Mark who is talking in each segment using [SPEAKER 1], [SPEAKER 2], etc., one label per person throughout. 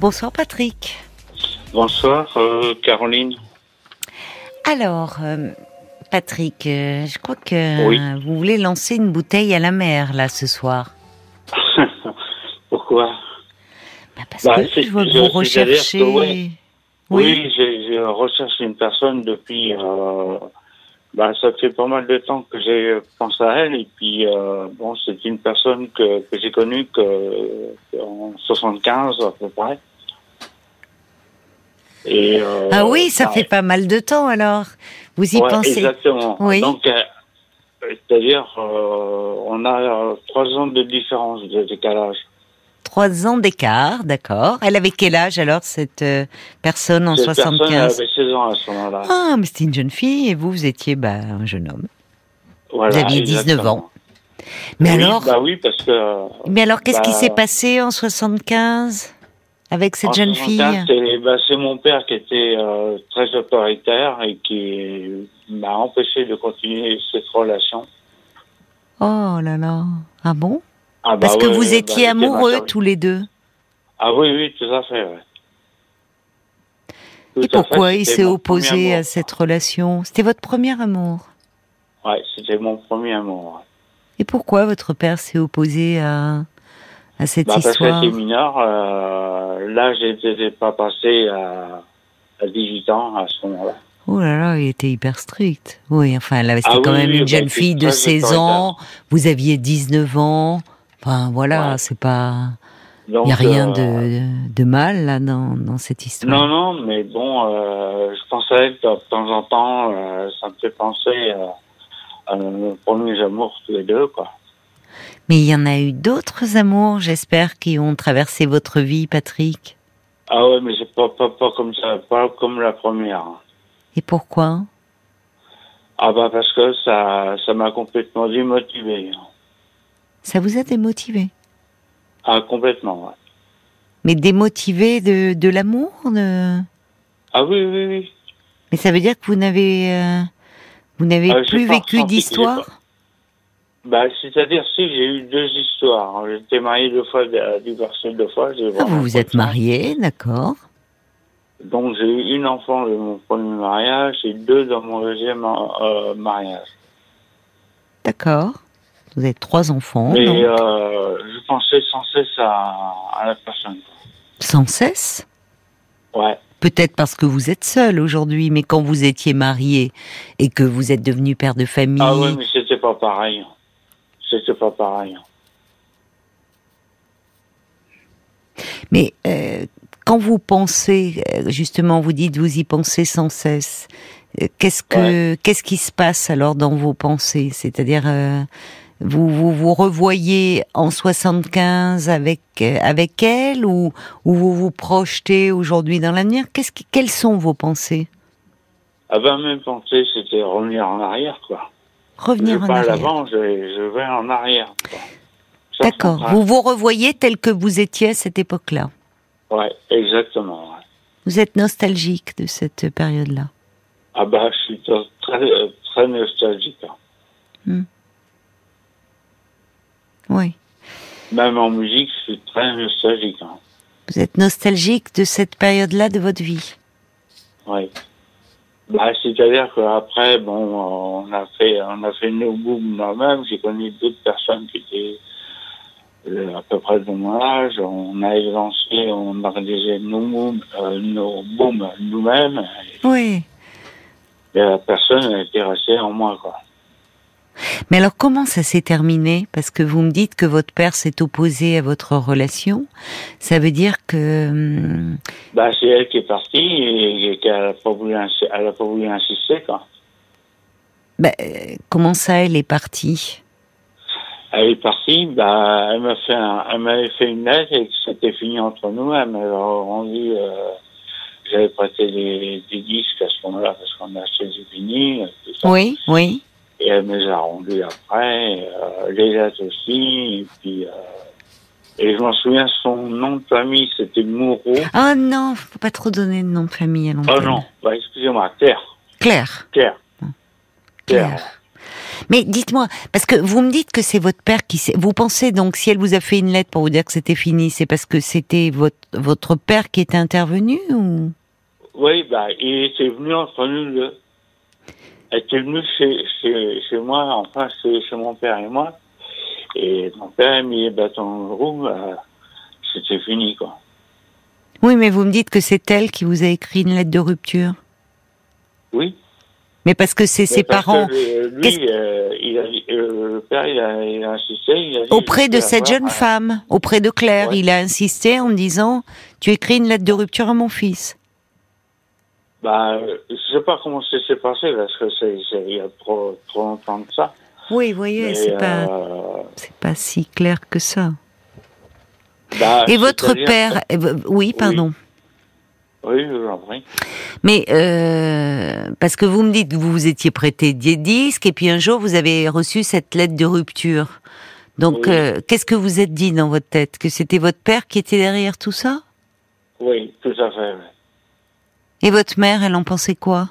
[SPEAKER 1] Bonsoir Patrick.
[SPEAKER 2] Bonsoir euh, Caroline.
[SPEAKER 1] Alors, euh, Patrick, euh, je crois que
[SPEAKER 2] Oui.
[SPEAKER 1] euh, vous voulez lancer une bouteille à la mer là ce soir.
[SPEAKER 2] Pourquoi
[SPEAKER 1] Bah, parce
[SPEAKER 2] Bah,
[SPEAKER 1] que
[SPEAKER 2] c'est-
[SPEAKER 1] je vois que
[SPEAKER 2] je-
[SPEAKER 1] vous
[SPEAKER 2] c'est-à-dire que,
[SPEAKER 1] recherchez.
[SPEAKER 2] ouais.
[SPEAKER 1] Oui.
[SPEAKER 2] Oui, j'ai- je recherche une personne depuis. euh, ben, ça fait pas mal de temps que j'ai pensé à elle. Et puis, euh, bon, c'est une personne que, que j'ai connue que, en 75 à peu près. Et, euh,
[SPEAKER 1] Ah oui, ça
[SPEAKER 2] ben,
[SPEAKER 1] fait pas mal de temps alors. Vous y
[SPEAKER 2] ouais,
[SPEAKER 1] pensez
[SPEAKER 2] Exactement.
[SPEAKER 1] Oui.
[SPEAKER 2] Donc, euh, c'est-à-dire, euh, on a euh, trois ans de différence de décalage.
[SPEAKER 1] Trois ans d'écart, d'accord. Elle avait quel âge alors cette euh, personne en
[SPEAKER 2] Cette personne
[SPEAKER 1] 75
[SPEAKER 2] avait 16 ans à ce moment-là.
[SPEAKER 1] Ah, mais c'était une jeune fille et vous, vous étiez bah, un jeune homme.
[SPEAKER 2] Voilà,
[SPEAKER 1] Vous aviez 19
[SPEAKER 2] exactement.
[SPEAKER 1] ans. Mais
[SPEAKER 2] Oui,
[SPEAKER 1] alors,
[SPEAKER 2] bah oui, parce que. euh,
[SPEAKER 1] mais alors qu'est-ce qui
[SPEAKER 2] bah,
[SPEAKER 1] s'est passé en 75 avec cette
[SPEAKER 2] en
[SPEAKER 1] jeune
[SPEAKER 2] 75,
[SPEAKER 1] fille
[SPEAKER 2] C'est bah, c'est mon père qui était euh, très autoritaire et qui m'a empêché de continuer cette relation.
[SPEAKER 1] Oh là là. Ah bon
[SPEAKER 2] Ah, bah
[SPEAKER 1] Parce que
[SPEAKER 2] ouais,
[SPEAKER 1] vous
[SPEAKER 2] ouais,
[SPEAKER 1] étiez
[SPEAKER 2] bah, j'étais
[SPEAKER 1] amoureux
[SPEAKER 2] mature.
[SPEAKER 1] tous les deux.
[SPEAKER 2] Ah oui, oui, tout à fait. ouais. Tout
[SPEAKER 1] Et
[SPEAKER 2] à
[SPEAKER 1] pourquoi
[SPEAKER 2] fait,
[SPEAKER 1] il
[SPEAKER 2] c'était
[SPEAKER 1] s'est
[SPEAKER 2] mon
[SPEAKER 1] opposé
[SPEAKER 2] premier
[SPEAKER 1] à
[SPEAKER 2] amour.
[SPEAKER 1] cette relation C'était votre premier amour.
[SPEAKER 2] Ouais, c'était mon premier amour. ouais.
[SPEAKER 1] Et pourquoi votre père s'est opposé à, à cette
[SPEAKER 2] Bah, parce que
[SPEAKER 1] histoire
[SPEAKER 2] j'étais mineur, euh, là, j'étais pas passé à, à 18 ans à ce moment-là.
[SPEAKER 1] Oh là là, il était hyper strict. Oui, enfin, là, c'était
[SPEAKER 2] Ah
[SPEAKER 1] quand
[SPEAKER 2] oui,
[SPEAKER 1] même
[SPEAKER 2] oui,
[SPEAKER 1] une
[SPEAKER 2] bah,
[SPEAKER 1] jeune
[SPEAKER 2] c'est
[SPEAKER 1] fille de
[SPEAKER 2] très
[SPEAKER 1] 16
[SPEAKER 2] autoritaire.
[SPEAKER 1] ans. Vous aviez 19 ans. Enfin, voilà,
[SPEAKER 2] Ouais.
[SPEAKER 1] c'est pas. Il
[SPEAKER 2] Donc,
[SPEAKER 1] n'y a rien
[SPEAKER 2] euh,
[SPEAKER 1] de, de mal, là, dans, dans cette histoire.
[SPEAKER 2] Non, non, mais bon, euh, je pense à elle de temps en temps, euh, ça me fait penser euh, à nos premiers amours tous les deux, quoi.
[SPEAKER 1] Mais il y en a eu d'autres amours, j'espère, qui ont traversé votre vie, Patrick.
[SPEAKER 2] Ah ouais, mais c'est pas, pas, pas comme ça, pas comme la première.
[SPEAKER 1] Et pourquoi
[SPEAKER 2] Ah bah parce que ça ça m'a complètement démotivé. hein.
[SPEAKER 1] Ça vous a démotivé
[SPEAKER 2] Ah, complètement, ouais.
[SPEAKER 1] Mais démotivé de, de l'amour de-
[SPEAKER 2] Ah oui, oui, oui.
[SPEAKER 1] Mais ça veut dire que vous n'avez euh, vous n'avez
[SPEAKER 2] Ah, j'ai
[SPEAKER 1] plus
[SPEAKER 2] pas
[SPEAKER 1] vécu
[SPEAKER 2] ressenti que j'ai
[SPEAKER 1] d'histoire
[SPEAKER 2] Bah, c'est-à-dire, si, j'ai eu deux histoires. hein. J'étais marié deux fois, euh, divorcé deux fois. j'ai
[SPEAKER 1] Ah,
[SPEAKER 2] vraiment
[SPEAKER 1] Vous vous
[SPEAKER 2] pas
[SPEAKER 1] êtes
[SPEAKER 2] de chance.
[SPEAKER 1] marié, d'accord.
[SPEAKER 2] Donc, j'ai eu une enfant de mon premier mariage et deux dans mon deuxième euh, mariage.
[SPEAKER 1] D'accord. Vous avez trois enfants,
[SPEAKER 2] Mais
[SPEAKER 1] Ah, non
[SPEAKER 2] euh, je pensais sans cesse à, à la personne.
[SPEAKER 1] Sans cesse
[SPEAKER 2] Ouais.
[SPEAKER 1] Peut-être parce que vous êtes seul aujourd'hui, mais quand vous étiez marié et que vous êtes devenu père de famille,
[SPEAKER 2] Ah oui, mais c'était pas pareil. C'était pas pareil.
[SPEAKER 1] Mais euh, quand vous pensez, euh, justement, vous dites vous y pensez sans cesse. euh, Qu'est-ce que qu'est-ce qui se passe alors dans vos pensées C'est-à-dire euh, vous, vous vous revoyez en 75 avec euh, avec elle ou ou vous vous projetez aujourd'hui dans l'avenir Qu'est-ce qui- quelles sont vos pensées
[SPEAKER 2] Ah ben, mes pensées, c'était revenir en arrière, quoi. Je
[SPEAKER 1] Revenir
[SPEAKER 2] vais
[SPEAKER 1] en
[SPEAKER 2] pas à
[SPEAKER 1] arrière.
[SPEAKER 2] Euh, bah, l'avant, je, je vais en arrière. quoi. Ça
[SPEAKER 1] D'accord.
[SPEAKER 2] prendra.
[SPEAKER 1] Vous vous revoyez tel que vous étiez à cette époque-là.
[SPEAKER 2] Ouais, exactement. ouais.
[SPEAKER 1] Vous êtes nostalgique de cette période-là.
[SPEAKER 2] Ah bah, je suis t- très, euh, très nostalgique. hein.
[SPEAKER 1] Oui.
[SPEAKER 2] Même en musique, je suis très nostalgique. hein.
[SPEAKER 1] Vous êtes nostalgique de cette période-là de votre vie.
[SPEAKER 2] Oui. Bah, c'est-à-dire qu'après, bon, euh, on a fait, on a fait nos booms moi-même. J'ai connu d'autres personnes qui étaient euh, à peu près de mon âge. On a élancé, on organisait nos booms, euh, nos booms nous-mêmes.
[SPEAKER 1] Oui.
[SPEAKER 2] Et la personne elle était restée en moi, quoi.
[SPEAKER 1] Mais alors comment ça s'est terminé Parce que vous me dites que votre père s'est opposé à votre relation. Ça veut dire que hum,
[SPEAKER 2] Bah, c'est elle qui est partie et, et qu'elle a pas voulu, ins- elle a pas voulu insister, quoi.
[SPEAKER 1] bah, euh, comment ça elle est partie
[SPEAKER 2] Elle est partie, bah, elle m'a fait un- elle m'avait fait une lettre et que c'était fini entre nous-mêmes. Elle a rendu, euh, j'avais prêté des, des disques à ce moment-là parce qu'on a acheté du vinyle, tout ça.
[SPEAKER 1] Oui, oui.
[SPEAKER 2] Et elle me les a rendus après, euh, les lettres aussi, et puis, euh, et je m'en souviens, son nom de famille, c'était Moreau.
[SPEAKER 1] Ah non, faut pas trop donner de nom de famille à l'antenne.
[SPEAKER 2] Oh non, bah, excusez-moi, Claire,
[SPEAKER 1] Claire.
[SPEAKER 2] Claire.
[SPEAKER 1] Claire. Mais dites-moi, parce que vous me dites que c'est votre père qui s'est... Vous pensez donc, si elle vous a fait une lettre pour vous dire que c'était fini, c'est parce que c'était votre, votre père qui était intervenu ou...
[SPEAKER 2] Oui, bah, il était venu entre nous deux. Elle était venue chez, chez, chez moi, enfin, chez, chez mon père et moi. Et mon père a mis les bâtons dans le roue, bah, c'était fini, quoi.
[SPEAKER 1] Oui, mais vous me dites que c'est elle qui vous a écrit une lettre de rupture.
[SPEAKER 2] Oui.
[SPEAKER 1] Mais parce que c'est
[SPEAKER 2] Mais
[SPEAKER 1] ses
[SPEAKER 2] parce
[SPEAKER 1] parents.
[SPEAKER 2] que, euh,
[SPEAKER 1] Qu'est-ce-
[SPEAKER 2] lui, euh, il a dit- euh, le père, il a, il a insisté. il a dit,
[SPEAKER 1] Auprès
[SPEAKER 2] je
[SPEAKER 1] de
[SPEAKER 2] vais
[SPEAKER 1] cette
[SPEAKER 2] avoir
[SPEAKER 1] jeune
[SPEAKER 2] un-
[SPEAKER 1] femme, auprès de Claire,
[SPEAKER 2] Ouais.
[SPEAKER 1] il a insisté en me disant Tu écris une lettre de rupture à mon fils.
[SPEAKER 2] Bah, euh, je sais pas comment ça s'est passé parce que c'est, c'est- il y a trop, trop longtemps que ça.
[SPEAKER 1] Oui, vous voyez,
[SPEAKER 2] Mais,
[SPEAKER 1] c'est pas,
[SPEAKER 2] euh,
[SPEAKER 1] c'est pas si clair que ça.
[SPEAKER 2] bah,
[SPEAKER 1] Et votre
[SPEAKER 2] c'est-à-dire-
[SPEAKER 1] père. eh ben, Oui, pardon.
[SPEAKER 2] Oui, je vous en prie.
[SPEAKER 1] Mais euh, parce que vous me dites que vous vous étiez prêté des disques et puis un jour vous avez reçu cette lettre de rupture. Donc
[SPEAKER 2] Oui.
[SPEAKER 1] euh, qu'est-ce que vous êtes dit dans votre tête Que c'était votre père qui était derrière tout ça
[SPEAKER 2] Oui, tout à fait. oui.
[SPEAKER 1] Et votre mère, elle en pensait quoi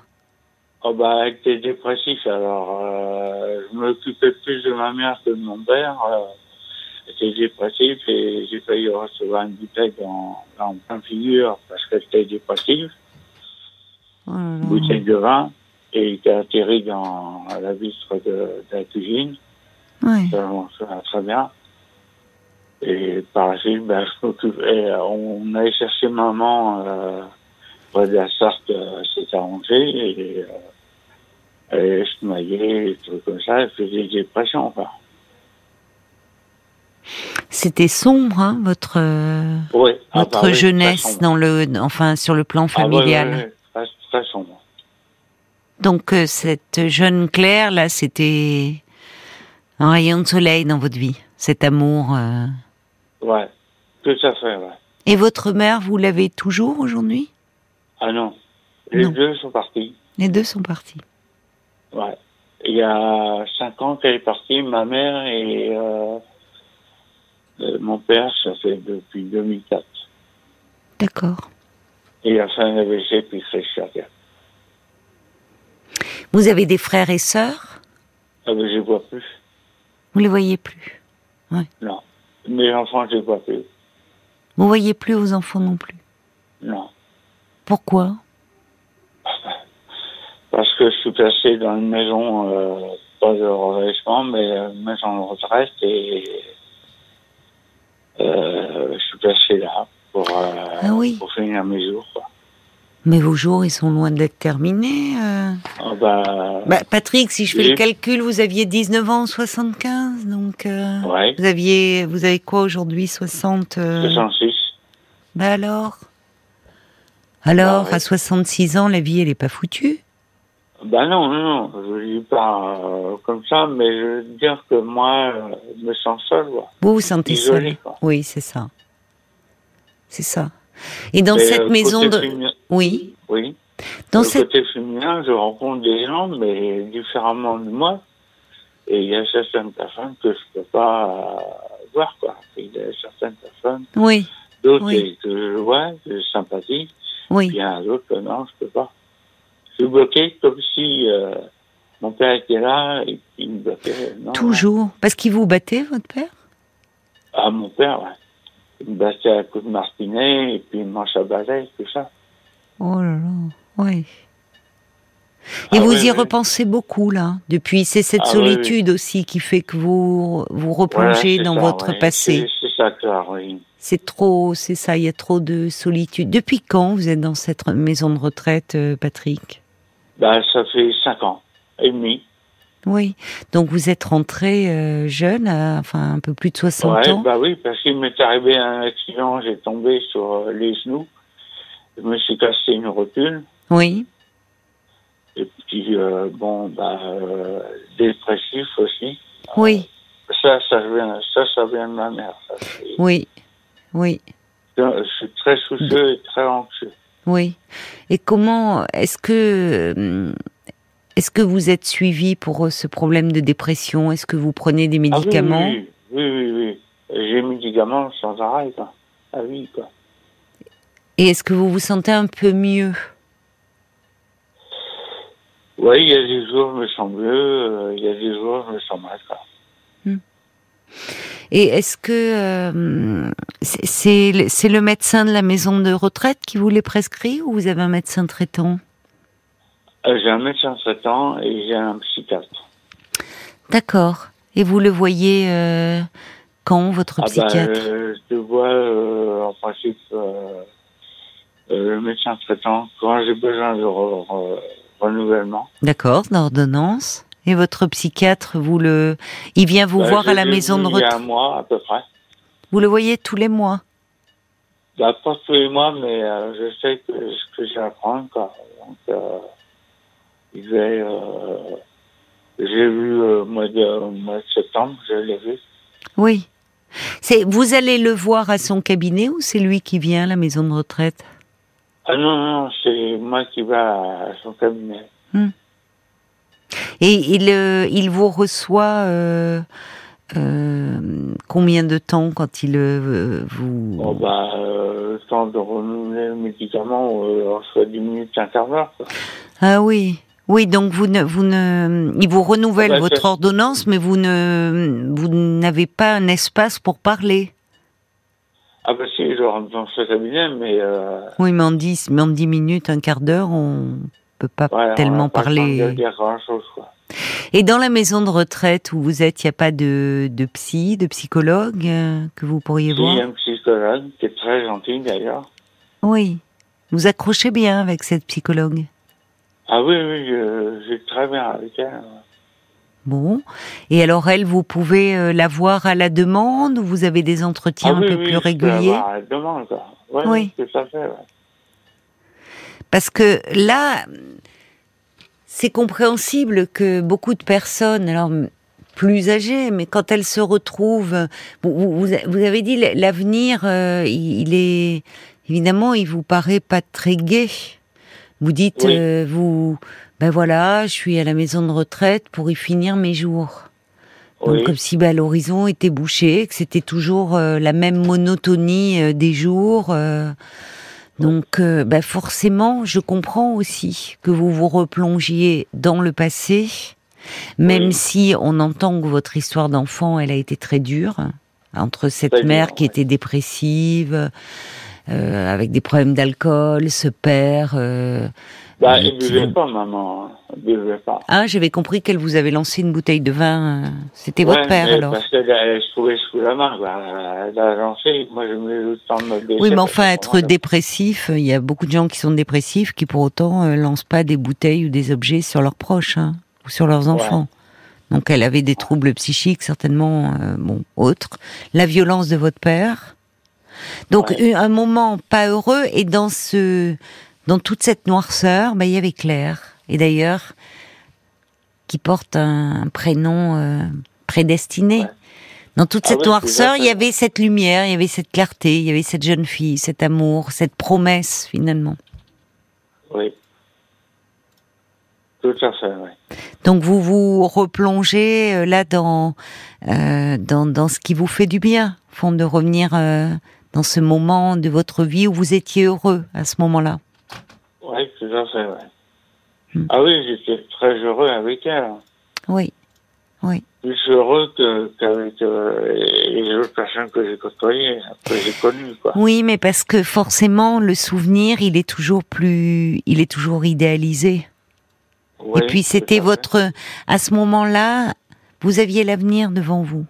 [SPEAKER 2] Oh, bah, elle était dépressif, alors, euh, je m'occupais plus de ma mère que de mon père. euh, elle était dépressif et j'ai failli recevoir une bouteille dans, dans plein figure parce qu'elle était dépressive.
[SPEAKER 1] Oh là là.
[SPEAKER 2] bouteille de vin et il était atterri dans la vitre de, de la cuisine.
[SPEAKER 1] Ouais.
[SPEAKER 2] Ça, on se souvient très bien. Et par la suite, ben, je m'occupais- on allait chercher maman euh, près de la Sarthe, euh, s'est arrangée et euh, elle est chemaillée, des trucs comme ça, elle faisait des dépressions. Quoi.
[SPEAKER 1] C'était sombre, hein, votre euh,
[SPEAKER 2] Oui. Ah,
[SPEAKER 1] votre
[SPEAKER 2] bah oui, très
[SPEAKER 1] jeunesse
[SPEAKER 2] sombre.
[SPEAKER 1] dans le, enfin sur le plan
[SPEAKER 2] Ah, ouais,
[SPEAKER 1] familial.
[SPEAKER 2] ouais, ouais, très, très sombre.
[SPEAKER 1] Donc euh, cette jeune Claire là, c'était un rayon de soleil dans votre vie, cet amour. euh.
[SPEAKER 2] Ouais, tout à fait, ouais.
[SPEAKER 1] Et votre mère, vous l'avez toujours aujourd'hui
[SPEAKER 2] Ah non, les
[SPEAKER 1] Non.
[SPEAKER 2] deux sont partis.
[SPEAKER 1] Les deux sont partis.
[SPEAKER 2] Ouais. Il y a cinq ans qu'elle est partie, ma mère et euh, euh, mon père, ça fait depuis 2004.
[SPEAKER 1] D'accord.
[SPEAKER 2] Et il a fait un AVC puis très cardiaque.
[SPEAKER 1] Vous avez des frères et sœurs
[SPEAKER 2] Ah ben, je les vois plus.
[SPEAKER 1] Vous les voyez plus.
[SPEAKER 2] Non. Mes enfants, je les vois plus.
[SPEAKER 1] Vous voyez plus vos enfants non plus.
[SPEAKER 2] Non.
[SPEAKER 1] Pourquoi
[SPEAKER 2] Parce que je suis placé dans une maison, euh, pas de reversement, mais euh, une maison de retraite et euh, je suis placé là pour, euh,
[SPEAKER 1] Ah oui.
[SPEAKER 2] pour finir mes jours. quoi.
[SPEAKER 1] Mais vos jours, ils sont loin d'être terminés. euh.
[SPEAKER 2] Ah ben,
[SPEAKER 1] Bah, Patrick, si je fais
[SPEAKER 2] Oui.
[SPEAKER 1] le calcul, vous aviez 19 ans en 75, donc euh,
[SPEAKER 2] ouais,
[SPEAKER 1] vous aviez, vous avez quoi aujourd'hui 60 euh,
[SPEAKER 2] 66.
[SPEAKER 1] Bah alors Alors,
[SPEAKER 2] Bah, ouais.
[SPEAKER 1] à 66 ans, la vie, elle est pas foutue
[SPEAKER 2] Ben non, non, non, je dis pas euh, comme ça, mais je veux dire que moi, euh, je me sens seul, quoi.
[SPEAKER 1] Vous vous sentez
[SPEAKER 2] Isolé,
[SPEAKER 1] seul
[SPEAKER 2] quoi.
[SPEAKER 1] Oui, c'est ça. C'est ça. Et dans
[SPEAKER 2] Mais,
[SPEAKER 1] cette
[SPEAKER 2] euh,
[SPEAKER 1] maison
[SPEAKER 2] côté
[SPEAKER 1] de...
[SPEAKER 2] féminin-
[SPEAKER 1] Oui
[SPEAKER 2] oui.
[SPEAKER 1] Dans
[SPEAKER 2] Le
[SPEAKER 1] cette...
[SPEAKER 2] côté féminin, je rencontre des gens, mais différemment de moi. Et il y a certaines personnes que je peux pas euh, voir, quoi. Il y a certaines personnes,
[SPEAKER 1] Oui,
[SPEAKER 2] d'autres
[SPEAKER 1] Oui.
[SPEAKER 2] que je vois, que je sympathise, puis il
[SPEAKER 1] oui.
[SPEAKER 2] y en a d'autres que non, je peux pas. Je suis bloqué comme si euh, mon père était là et il me bloquait. Non, non.
[SPEAKER 1] Toujours. Parce qu'il vous battait, votre père
[SPEAKER 2] Ah, mon père, ouais. Il me battait à coups de martinet, et puis il manche à balai, tout ça.
[SPEAKER 1] Oh là là, oui. Et
[SPEAKER 2] Ah
[SPEAKER 1] vous
[SPEAKER 2] ouais,
[SPEAKER 1] y
[SPEAKER 2] ouais.
[SPEAKER 1] repensez beaucoup, là, depuis. C'est cette
[SPEAKER 2] Ah ouais, ouais.
[SPEAKER 1] solitude aussi qui fait que vous vous replongez
[SPEAKER 2] Voilà, c'est
[SPEAKER 1] dans
[SPEAKER 2] ça,
[SPEAKER 1] votre
[SPEAKER 2] ouais.
[SPEAKER 1] passé.
[SPEAKER 2] C'est c'est ça, Claire, oui.
[SPEAKER 1] C'est trop, c'est ça, il y a trop de solitude. Depuis quand vous êtes dans cette re- maison de retraite, euh, Patrick
[SPEAKER 2] Bah, ça fait cinq ans et demi.
[SPEAKER 1] Oui. Donc vous êtes rentré euh, jeune, à- enfin un peu plus de 60
[SPEAKER 2] Ouais,
[SPEAKER 1] ans.
[SPEAKER 2] bah oui, parce qu'il m'est arrivé un accident, j'ai tombé sur euh, les genoux. Je me suis cassé une rotule.
[SPEAKER 1] Oui,
[SPEAKER 2] Et puis, euh, bon, bah, euh, dépressif aussi. Ah,
[SPEAKER 1] oui,
[SPEAKER 2] Ça, ça vient, ça, ça vient de ma mère. ça. Et
[SPEAKER 1] oui, oui,
[SPEAKER 2] Je je suis très soucieux et très anxieux.
[SPEAKER 1] oui. Et comment est-ce que euh, est-ce que vous êtes suivi pour euh, ce problème de dépression Est-ce que vous prenez des
[SPEAKER 2] Ah oui,
[SPEAKER 1] médicaments
[SPEAKER 2] oui, oui, oui, oui, oui. J'ai médicaments sans arrêt, quoi. Ah oui, quoi.
[SPEAKER 1] Et est-ce que vous vous sentez un peu mieux
[SPEAKER 2] Oui, il y a des jours, je me sens mieux, euh, il y a des jours, je me sens mal, quoi.
[SPEAKER 1] Et est-ce que euh, c'est- c'est le- c'est le médecin de la maison de retraite qui vous les prescrit ou vous avez un médecin traitant
[SPEAKER 2] Euh, J'ai un médecin traitant et j'ai un psychiatre.
[SPEAKER 1] D'accord. Et vous le voyez euh, quand, votre psychiatre
[SPEAKER 2] euh, je vois euh, en principe euh, euh, le médecin traitant quand j'ai besoin de re- re- renouvellement.
[SPEAKER 1] D'accord, d'ordonnance. Et votre psychiatre, vous le, il vient vous
[SPEAKER 2] Bah,
[SPEAKER 1] voir
[SPEAKER 2] je
[SPEAKER 1] à la
[SPEAKER 2] l'ai
[SPEAKER 1] maison
[SPEAKER 2] vu
[SPEAKER 1] de
[SPEAKER 2] Il y a un
[SPEAKER 1] retraite.
[SPEAKER 2] mois à peu près.
[SPEAKER 1] Vous le voyez tous les mois.
[SPEAKER 2] Bah, pas tous les mois, mais euh, je sais que, ce que j'ai à prendre. Quoi. Donc, euh, il est, euh, j'ai vu euh, au mois, de, au mois de septembre, je l'ai vu.
[SPEAKER 1] Oui. C'est, vous allez le voir à son cabinet ou c'est lui qui vient à la maison de retraite
[SPEAKER 2] Ah non, non, c'est moi qui va à son cabinet.
[SPEAKER 1] Et il, euh, il vous reçoit euh, euh, combien de temps quand il euh, vous
[SPEAKER 2] Bon, bah, euh, le temps de renouveler le médicament, euh, on soit 10 minutes, un quart d'heure. quoi.
[SPEAKER 1] Ah oui. Oui, donc vous ne, vous ne, il vous renouvelle
[SPEAKER 2] Ah bah,
[SPEAKER 1] votre
[SPEAKER 2] ça-
[SPEAKER 1] ordonnance, mais vous ne, vous n'avez pas un espace pour parler.
[SPEAKER 2] Ah, bah si, je rentre dans ce cabinet, mais euh,
[SPEAKER 1] Oui, mais en 10, mais en 10 minutes, un quart d'heure, on peut pas
[SPEAKER 2] ouais, on
[SPEAKER 1] tellement
[SPEAKER 2] n'a pas le temps de
[SPEAKER 1] parler.
[SPEAKER 2] dire grand-chose, quoi.
[SPEAKER 1] Et dans la maison de retraite où vous êtes, il n'y a pas de, de psy, de psychologue euh, que vous pourriez
[SPEAKER 2] Il y a
[SPEAKER 1] voir
[SPEAKER 2] un psychologue qui est très gentil, d'ailleurs.
[SPEAKER 1] Oui. Vous accrochez bien avec cette psychologue.
[SPEAKER 2] Ah oui, oui, je, j'ai très bien avec elle.
[SPEAKER 1] Bon. Et alors, elle, vous pouvez euh, la voir à la demande ou vous avez des
[SPEAKER 2] ah
[SPEAKER 1] entretiens un
[SPEAKER 2] oui,
[SPEAKER 1] peu
[SPEAKER 2] oui,
[SPEAKER 1] plus
[SPEAKER 2] je peux
[SPEAKER 1] réguliers
[SPEAKER 2] avoir la demande, quoi. Ouais,
[SPEAKER 1] Oui.
[SPEAKER 2] oui. tout à fait, ouais.
[SPEAKER 1] Parce que là, c'est compréhensible que beaucoup de personnes, alors plus âgées, mais quand elles se retrouvent, vous, vous- vous- vous avez dit l'avenir, euh, il, il est évidemment, il vous paraît pas très gai. Vous dites,
[SPEAKER 2] Oui.
[SPEAKER 1] euh, vous, ben voilà, je suis à la maison de retraite pour y finir mes jours. Donc,
[SPEAKER 2] Oui,
[SPEAKER 1] comme si bah, l'horizon était bouché, que c'était toujours euh, la même monotonie euh, des jours. euh. donc, euh, bah, forcément, je comprends aussi que vous vous replongiez dans le passé, même
[SPEAKER 2] Oui.
[SPEAKER 1] si on entend que votre histoire d'enfant, elle a été très dure, hein, entre cette
[SPEAKER 2] Très dure,
[SPEAKER 1] mère qui
[SPEAKER 2] ouais.
[SPEAKER 1] était dépressive, euh, avec des problèmes d'alcool, ce père. Euh,
[SPEAKER 2] bah,
[SPEAKER 1] euh,
[SPEAKER 2] il
[SPEAKER 1] qui
[SPEAKER 2] buvait
[SPEAKER 1] vous-
[SPEAKER 2] pas, maman. hein. Il buvait pas.
[SPEAKER 1] Ah, j'avais compris qu'elle vous avait lancé une bouteille de vin. euh, C'était
[SPEAKER 2] ouais,
[SPEAKER 1] votre père
[SPEAKER 2] mais
[SPEAKER 1] alors.
[SPEAKER 2] Parce qu'elle elle se trouvait sous la main, quoi. Elle a lancé, moi je mets le temps de me blesser.
[SPEAKER 1] Oui, mais
[SPEAKER 2] parce que
[SPEAKER 1] enfin,
[SPEAKER 2] pour
[SPEAKER 1] être
[SPEAKER 2] moi, je-
[SPEAKER 1] dépressif, euh, il y a beaucoup de gens qui sont dépressifs qui pour autant euh, lancent pas des bouteilles ou des objets sur leurs proches hein, ou sur leurs enfants. Donc elle avait des troubles psychiques certainement, euh, bon, autres. La violence de votre père. Donc
[SPEAKER 2] Ouais.
[SPEAKER 1] eu- un moment pas heureux et dans ce, dans toute cette noirceur, bah, il y avait Claire. Et d'ailleurs, qui porte un, un prénom euh, prédestiné.
[SPEAKER 2] Ouais.
[SPEAKER 1] Dans toute
[SPEAKER 2] Ah
[SPEAKER 1] cette
[SPEAKER 2] oui, c'est
[SPEAKER 1] noirceur,
[SPEAKER 2] vrai,
[SPEAKER 1] il y avait cette lumière, il y avait cette clarté, il y avait cette jeune fille, cet amour, cette promesse finalement.
[SPEAKER 2] Oui. Tout à fait, oui.
[SPEAKER 1] Donc vous vous replongez euh, là dans, euh, dans dans ce qui vous fait du bien, au fond de revenir euh, dans ce moment de votre vie où vous étiez heureux à ce moment-là.
[SPEAKER 2] Oui, tout à fait, oui.
[SPEAKER 1] Hmm.
[SPEAKER 2] Ah oui, j'étais très heureux avec elle. hein.
[SPEAKER 1] Oui,
[SPEAKER 2] Plus heureux que- qu'avec euh, les autres personnes que j'ai côtoyées, que j'ai connues, quoi.
[SPEAKER 1] oui, mais parce que forcément le souvenir, il est toujours plus, il est toujours idéalisé.
[SPEAKER 2] Oui,
[SPEAKER 1] Et puis
[SPEAKER 2] tout
[SPEAKER 1] c'était
[SPEAKER 2] à fait.
[SPEAKER 1] votre à ce moment-là, vous aviez l'avenir devant vous.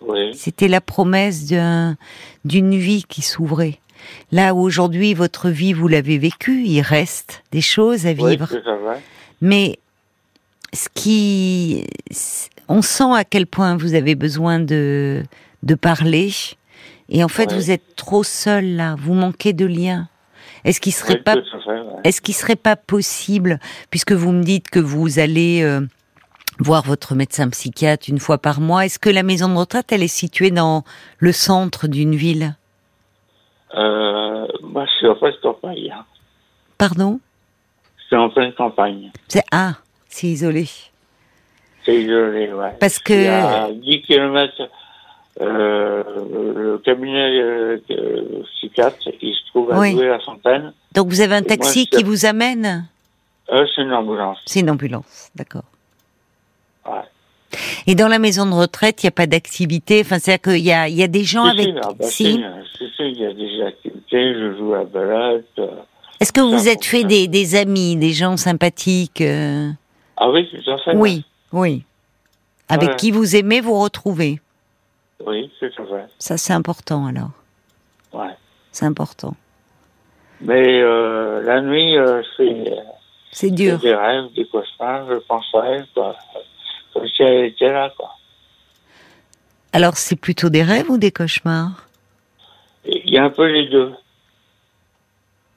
[SPEAKER 2] Oui,
[SPEAKER 1] C'était la promesse d'un d'une vie qui s'ouvrait. Là où aujourd'hui votre vie vous l'avez vécue, il reste des choses à
[SPEAKER 2] oui
[SPEAKER 1] vivre,
[SPEAKER 2] tout à fait.
[SPEAKER 1] mais ce qui on sent à quel point vous avez besoin de de parler et en fait
[SPEAKER 2] Ouais.
[SPEAKER 1] vous êtes trop seul là, vous manquez de liens. Est-ce qu'il serait
[SPEAKER 2] Oui,
[SPEAKER 1] pas
[SPEAKER 2] tout à fait, ouais.
[SPEAKER 1] est-ce qu'il serait pas possible, puisque vous me dites que vous allez euh, voir votre médecin psychiatre une fois par mois, est-ce que la maison de retraite, elle est située dans le centre d'une ville
[SPEAKER 2] Euh, moi, je suis en pleine campagne. hein.
[SPEAKER 1] Pardon
[SPEAKER 2] Je suis en pleine campagne.
[SPEAKER 1] C'est ah, c'est isolé.
[SPEAKER 2] C'est isolé, ouais.
[SPEAKER 1] Parce que-
[SPEAKER 2] Il y a 10 km, euh, le cabinet euh, euh, psychiatre, il se trouve à
[SPEAKER 1] Oui.
[SPEAKER 2] Douai-la-Fontaine.
[SPEAKER 1] Donc vous avez un
[SPEAKER 2] Et moi,
[SPEAKER 1] taxi
[SPEAKER 2] je-
[SPEAKER 1] qui vous amène
[SPEAKER 2] Euh, c'est une ambulance.
[SPEAKER 1] C'est une ambulance, d'accord.
[SPEAKER 2] Ouais.
[SPEAKER 1] Et dans la maison de retraite, il n'y a pas d'activité. Enfin, c'est-à-dire qu'il y a, il y a des gens
[SPEAKER 2] Si, si,
[SPEAKER 1] avec.
[SPEAKER 2] ah bah,
[SPEAKER 1] Si.
[SPEAKER 2] si, euh, si, si, il y a des activités, je joue à la balade. euh.
[SPEAKER 1] Est-ce que vous vous
[SPEAKER 2] Ça,
[SPEAKER 1] êtes
[SPEAKER 2] pour
[SPEAKER 1] fait
[SPEAKER 2] ça.
[SPEAKER 1] des, des amis, des gens sympathiques euh,
[SPEAKER 2] Ah oui, tout à fait.
[SPEAKER 1] Oui, oui. Avec
[SPEAKER 2] Ouais.
[SPEAKER 1] qui vous aimez vous retrouver.
[SPEAKER 2] Oui, tout à fait.
[SPEAKER 1] Ça, c'est important alors.
[SPEAKER 2] Ouais.
[SPEAKER 1] C'est important.
[SPEAKER 2] Mais euh, la nuit, euh, je fais euh,
[SPEAKER 1] C'est
[SPEAKER 2] fais
[SPEAKER 1] dur.
[SPEAKER 2] des rêves, des cauchemars, je pense à elle, quoi. Comme si elle était là, quoi.
[SPEAKER 1] Alors, c'est plutôt des rêves ou des cauchemars
[SPEAKER 2] Et Il y a un peu les deux.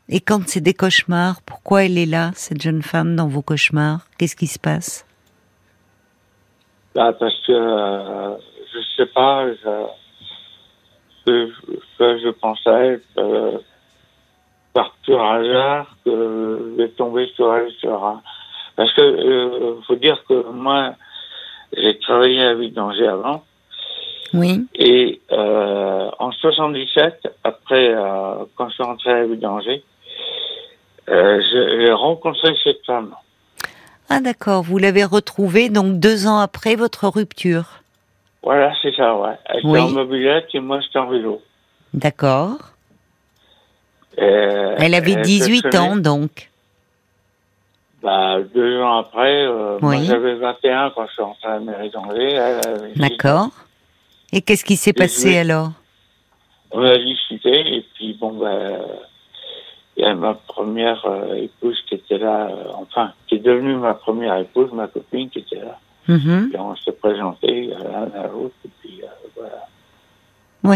[SPEAKER 1] Et quand c'est des cauchemars, pourquoi elle est là, cette jeune femme, dans vos cauchemars Qu'est-ce qui se passe
[SPEAKER 2] Bah, parce que, euh, je sais pas, je, que, je- que je pense à elle, que, par pur hasard, que je vais tomber sur elle, sur un- Parce que, euh, faut dire que moi, j'ai travaillé à Vidanger avant,
[SPEAKER 1] Oui,
[SPEAKER 2] Et euh, en 77, après, euh, quand je suis rentré à Vidanger, euh, je- j'ai rencontré cette femme.
[SPEAKER 1] Ah d'accord, vous l'avez retrouvée donc deux ans après votre rupture.
[SPEAKER 2] Voilà, c'est ça, ouais. Elle était
[SPEAKER 1] Oui.
[SPEAKER 2] en mobilette et moi, j'étais en vélo.
[SPEAKER 1] D'accord.
[SPEAKER 2] Euh,
[SPEAKER 1] Elle avait
[SPEAKER 2] se
[SPEAKER 1] 18
[SPEAKER 2] tenait-
[SPEAKER 1] ans donc.
[SPEAKER 2] Bah, deux ans après, euh, moi,
[SPEAKER 1] Oui.
[SPEAKER 2] j'avais 21 quand je suis rentré à la mairie d'Angers. Elle avait dit-
[SPEAKER 1] D'accord. Et qu'est-ce qui s'est passé
[SPEAKER 2] 18.
[SPEAKER 1] alors
[SPEAKER 2] On a discuté et puis, bon, bah, il y a ma première euh, épouse qui était là, euh, enfin, qui est devenue ma première épouse, ma copine qui était là.
[SPEAKER 1] Mhm.
[SPEAKER 2] Puis on s'est présenté euh, l'un à l'autre, et puis euh, voilà.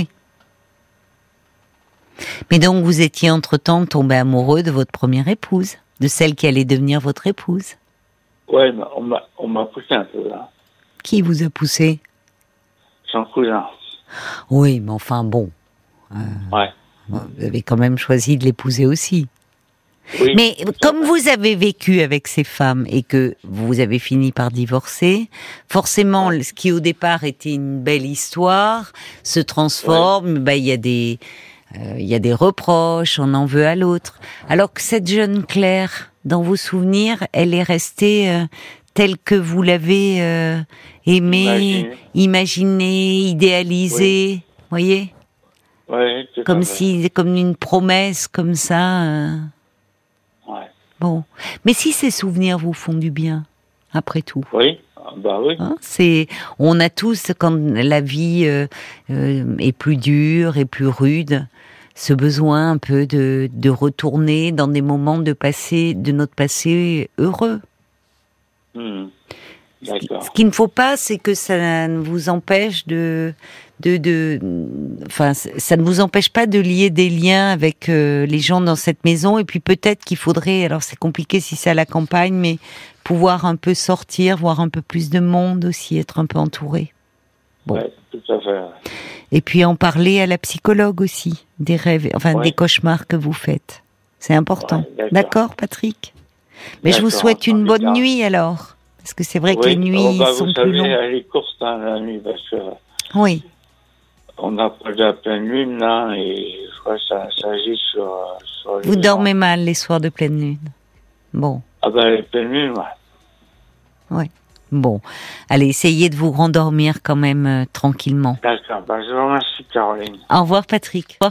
[SPEAKER 1] Mais donc vous étiez entre-temps tombé amoureux de votre première épouse, de celle qui allait devenir votre épouse.
[SPEAKER 2] Ouais, mais on m'a- on m'a poussé un peu, hein, là.
[SPEAKER 1] Qui vous a poussé
[SPEAKER 2] Son cousin.
[SPEAKER 1] Oui, mais enfin bon, Euh,
[SPEAKER 2] Ouais.
[SPEAKER 1] vous avez quand même choisi de l'épouser aussi.
[SPEAKER 2] Oui,
[SPEAKER 1] Mais comme
[SPEAKER 2] va.
[SPEAKER 1] vous avez vécu avec ces femmes et que vous avez fini par divorcer, forcément, ce qui au départ était une belle histoire se transforme. Bah, il y a des, euh, il y a des reproches, on en veut à l'autre. Alors que cette jeune Claire, dans vos souvenirs, elle est restée euh, telle que vous l'avez euh, aimée,
[SPEAKER 2] Imaginée.
[SPEAKER 1] imaginée, idéalisée. Voyez,
[SPEAKER 2] Ouais, tout à
[SPEAKER 1] comme
[SPEAKER 2] fait.
[SPEAKER 1] si, comme une promesse, comme ça. euh.
[SPEAKER 2] Ouais.
[SPEAKER 1] Bon, mais si ces souvenirs vous font du bien, après tout.
[SPEAKER 2] Oui, ah, bah oui.
[SPEAKER 1] hein, c'est, on a tous quand la vie euh, euh, est plus dure et plus rude, ce besoin un peu de, de retourner dans des moments de passé, de notre passé heureux. Ah.
[SPEAKER 2] Hmm.
[SPEAKER 1] Ce qui-
[SPEAKER 2] D'accord.
[SPEAKER 1] Ce qu'il ne faut pas, c'est que ça ne vous empêche de, de, de, enfin, c- ça ne vous empêche pas de lier des liens avec euh, les gens dans cette maison. Et puis peut-être qu'il faudrait, alors c'est compliqué si c'est à la campagne, mais pouvoir un peu sortir, voir un peu plus de monde aussi, être un peu entouré. bon.
[SPEAKER 2] Ouais, tout à fait. ouais.
[SPEAKER 1] Et puis en parler à la psychologue aussi des rêves, enfin
[SPEAKER 2] Ouais.
[SPEAKER 1] des cauchemars que vous faites. C'est important.
[SPEAKER 2] Ouais,
[SPEAKER 1] D'accord, Patrick. Mais je vous
[SPEAKER 2] D'accord,
[SPEAKER 1] souhaite une bonne
[SPEAKER 2] impeccable.
[SPEAKER 1] nuit alors, parce que c'est vrai que
[SPEAKER 2] Oui.
[SPEAKER 1] les nuits
[SPEAKER 2] Oh, bah,
[SPEAKER 1] sont
[SPEAKER 2] vous
[SPEAKER 1] plus
[SPEAKER 2] savez,
[SPEAKER 1] longues.
[SPEAKER 2] elle est courte, hein, la nuit, parce que
[SPEAKER 1] Oui.
[SPEAKER 2] on a pas de la pleine lune, là, et je crois que ça, ça agit sur, euh, sur les
[SPEAKER 1] Vous
[SPEAKER 2] gens.
[SPEAKER 1] dormez mal les soirs de pleine lune. Bon,
[SPEAKER 2] Ah, bah, les pleines lunes, ouais.
[SPEAKER 1] bon. Allez, essayez de vous rendormir quand même euh, tranquillement.
[SPEAKER 2] D'accord. Bah, je vous remercie, Caroline.
[SPEAKER 1] Au revoir Patrick. Au revoir.